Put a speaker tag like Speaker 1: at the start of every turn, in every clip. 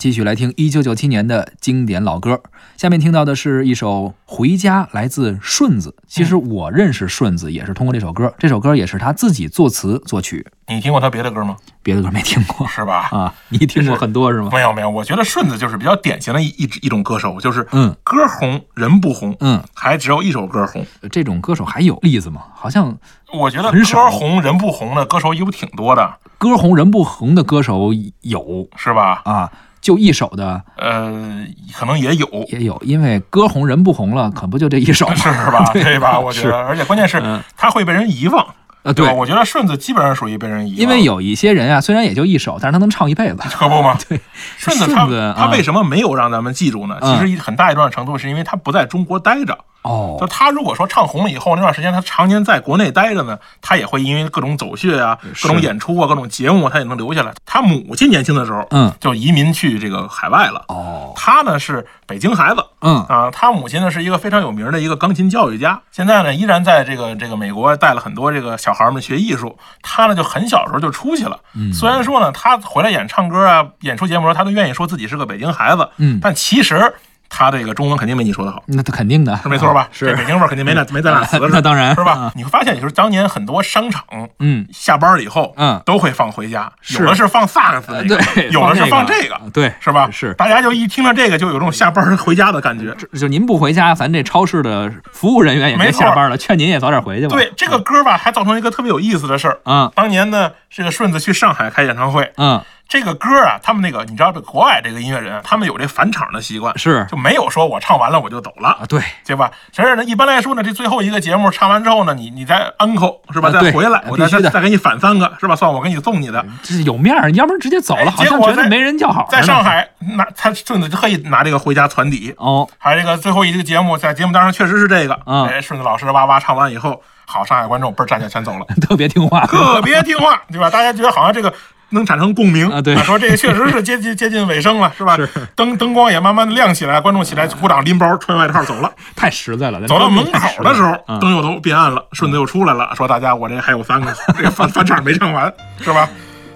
Speaker 1: 继续来听1997年的经典老歌。下面听到的是一首《回家》，来自顺子。其实我认识顺子也是通过这首歌，这首歌也是他自己作词作曲，
Speaker 2: 你听过他别的歌吗？
Speaker 1: 别的歌没听过
Speaker 2: 是吧？
Speaker 1: 啊。你听过很多是吗？
Speaker 2: 没有没有，我觉得顺子就是比较典型的一一一种歌手，就是
Speaker 1: 嗯
Speaker 2: 歌红人不红，
Speaker 1: 嗯，
Speaker 2: 还只有一首歌红。
Speaker 1: 这种歌手还有例子吗？好像
Speaker 2: 我觉得
Speaker 1: 很少
Speaker 2: 歌红人不红的歌手有挺多的，
Speaker 1: 歌红人不红的歌手有
Speaker 2: 是吧？
Speaker 1: 啊，就一首的
Speaker 2: 呃，可能 也有，
Speaker 1: 也有，因为歌红人不红了，可不就这一 首吗？
Speaker 2: 是吧？对吧？我觉
Speaker 1: 是
Speaker 2: 得，而且关键是
Speaker 1: 嗯
Speaker 2: 他会被人遗忘，
Speaker 1: 啊，
Speaker 2: 吧？
Speaker 1: 对，
Speaker 2: 我觉得顺子基本上属于被人遗忘，
Speaker 1: 因为有一些人啊，虽然也就一首，但是他能唱一辈子。
Speaker 2: 可不吗？
Speaker 1: 对，
Speaker 2: 顺子
Speaker 1: 顺子
Speaker 2: 他
Speaker 1: 啊
Speaker 2: 他为什么没有让咱们记住呢？
Speaker 1: 嗯
Speaker 2: 其实一很大一段程度是因为他不在中国待着。就
Speaker 1: 哦，
Speaker 2: 他如果说唱红了以后，那段时间他常年在国内待着呢，他也会因为各种走穴啊、
Speaker 1: 是
Speaker 2: 各种演出啊、各种节目啊，他也能留下来。他母亲年轻的时候，
Speaker 1: 嗯，
Speaker 2: 就移民去这个海外了。
Speaker 1: 哦，
Speaker 2: 他呢是北京孩子
Speaker 1: 嗯，
Speaker 2: 啊，他母亲呢是一个非常有名的一个钢琴教育家，现在呢依然在这个这个美国带了很多这个小孩们学艺术。他呢就很小时候就出去了，
Speaker 1: 嗯
Speaker 2: 虽然说呢他回来演唱歌啊、演出节目的时候，他都愿意说自己是个北京孩子，
Speaker 1: 嗯
Speaker 2: 但其实他这个中文肯定没你说的好。
Speaker 1: 那他肯定的，
Speaker 2: 是没错吧？这
Speaker 1: 啊是
Speaker 2: 北，京味儿肯定没那没咱俩词
Speaker 1: 那当然啊
Speaker 2: 是吧？你会发现，就是当年很多商场
Speaker 1: 嗯，
Speaker 2: 下班了以后，
Speaker 1: 嗯
Speaker 2: 都会放回家，
Speaker 1: 是
Speaker 2: 有的是放萨克斯
Speaker 1: 呃
Speaker 2: 那个，
Speaker 1: 对，
Speaker 2: 有的是放
Speaker 1: 这
Speaker 2: 这个，
Speaker 1: 对，
Speaker 2: 是吧？
Speaker 1: 是
Speaker 2: 大家就一听到这个，就有种下班回家的感觉。
Speaker 1: 这就您不回家，咱这超市的服务人员也
Speaker 2: 没
Speaker 1: 别
Speaker 2: 错
Speaker 1: 下班了，劝您也早点回去吧。
Speaker 2: 对这个歌吧，还造成一个特别有意思的事儿。
Speaker 1: 嗯，
Speaker 2: 当年呢，这个顺子去上海开演唱会，
Speaker 1: 嗯嗯，
Speaker 2: 这个歌啊，他们那个你知道，这国外这个音乐人，啊他们有这返场的习惯，
Speaker 1: 是
Speaker 2: 就没有说我唱完了我就走了。
Speaker 1: 啊，对，
Speaker 2: 对吧？所以呢，一般来说呢，这最后一个节目唱完之后呢，你你再 uncle 是吧？
Speaker 1: 啊
Speaker 2: 再
Speaker 1: 对
Speaker 2: 回来，
Speaker 1: 必
Speaker 2: 我再
Speaker 1: 须
Speaker 2: 再
Speaker 1: 的
Speaker 2: 再给你返三个是吧？算我给你送你的。
Speaker 1: 这有面儿，要不然直接走
Speaker 2: 哎
Speaker 1: 了，好
Speaker 2: 结
Speaker 1: 像
Speaker 2: 果
Speaker 1: 觉得
Speaker 2: 在
Speaker 1: 没人叫好。
Speaker 2: 在上，海拿他顺子特意拿这个回家传底，
Speaker 1: 哦，
Speaker 2: 还有这个最后一个节目，在节目单上确实是这个。
Speaker 1: 嗯
Speaker 2: 哎，顺子老师哇哇唱完以后，好，上海观众倍儿站起来全走了，
Speaker 1: 特别听话。
Speaker 2: 特别听话，对吧？大家觉得好像这个。能产生共鸣
Speaker 1: 啊对
Speaker 2: 说这个确实是接近接近尾声了，是吧？灯灯光也慢慢的亮起来，观众起来鼓掌拎包穿外套走了。
Speaker 1: 太实在了。咱
Speaker 2: 走到
Speaker 1: 真
Speaker 2: 门
Speaker 1: 是太实
Speaker 2: 口
Speaker 1: 在
Speaker 2: 的时候
Speaker 1: 了，嗯
Speaker 2: 灯又都变暗了，顺子又出来了，说大家我这还有三个， 这个返返场没唱完，是吧？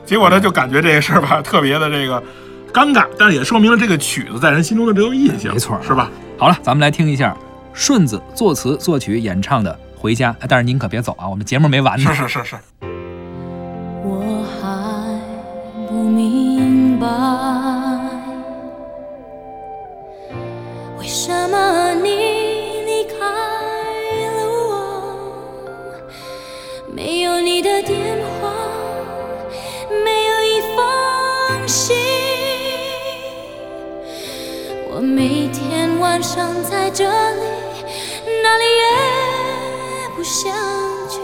Speaker 2: 结果呢，就感觉这个事儿吧，特别的这个尴尬，但是也说明了这个曲子在人心中的留有印象，
Speaker 1: 没错啊
Speaker 2: 是吧？
Speaker 1: 好了，咱们来听一下顺子作词作曲演唱的《回家》，哎但是您可别走啊，我们节目没完呢
Speaker 2: 是。是是是，
Speaker 3: 我还不明白，为什么你离开了我，没有你的电话，没有一封信，我每天晚上在这里，哪里也不想去。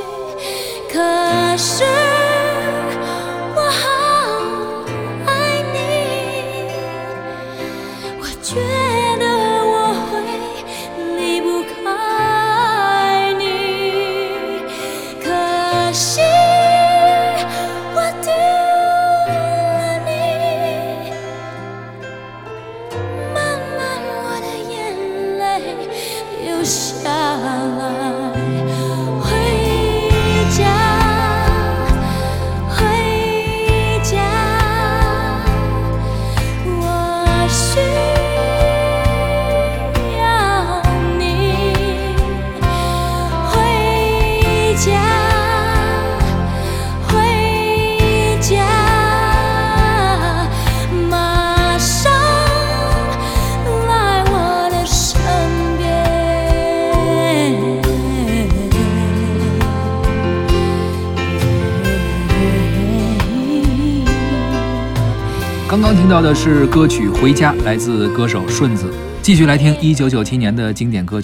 Speaker 3: 可是我好爱你，我觉得我会离不开你。可惜我丢了你。慢慢，我的眼泪流下来。回家，回家，我需要你。回家，回家。马上来我的身边。
Speaker 1: 刚刚听到的是歌曲《回家》，来自歌手顺子。继续来听1997年的经典歌曲。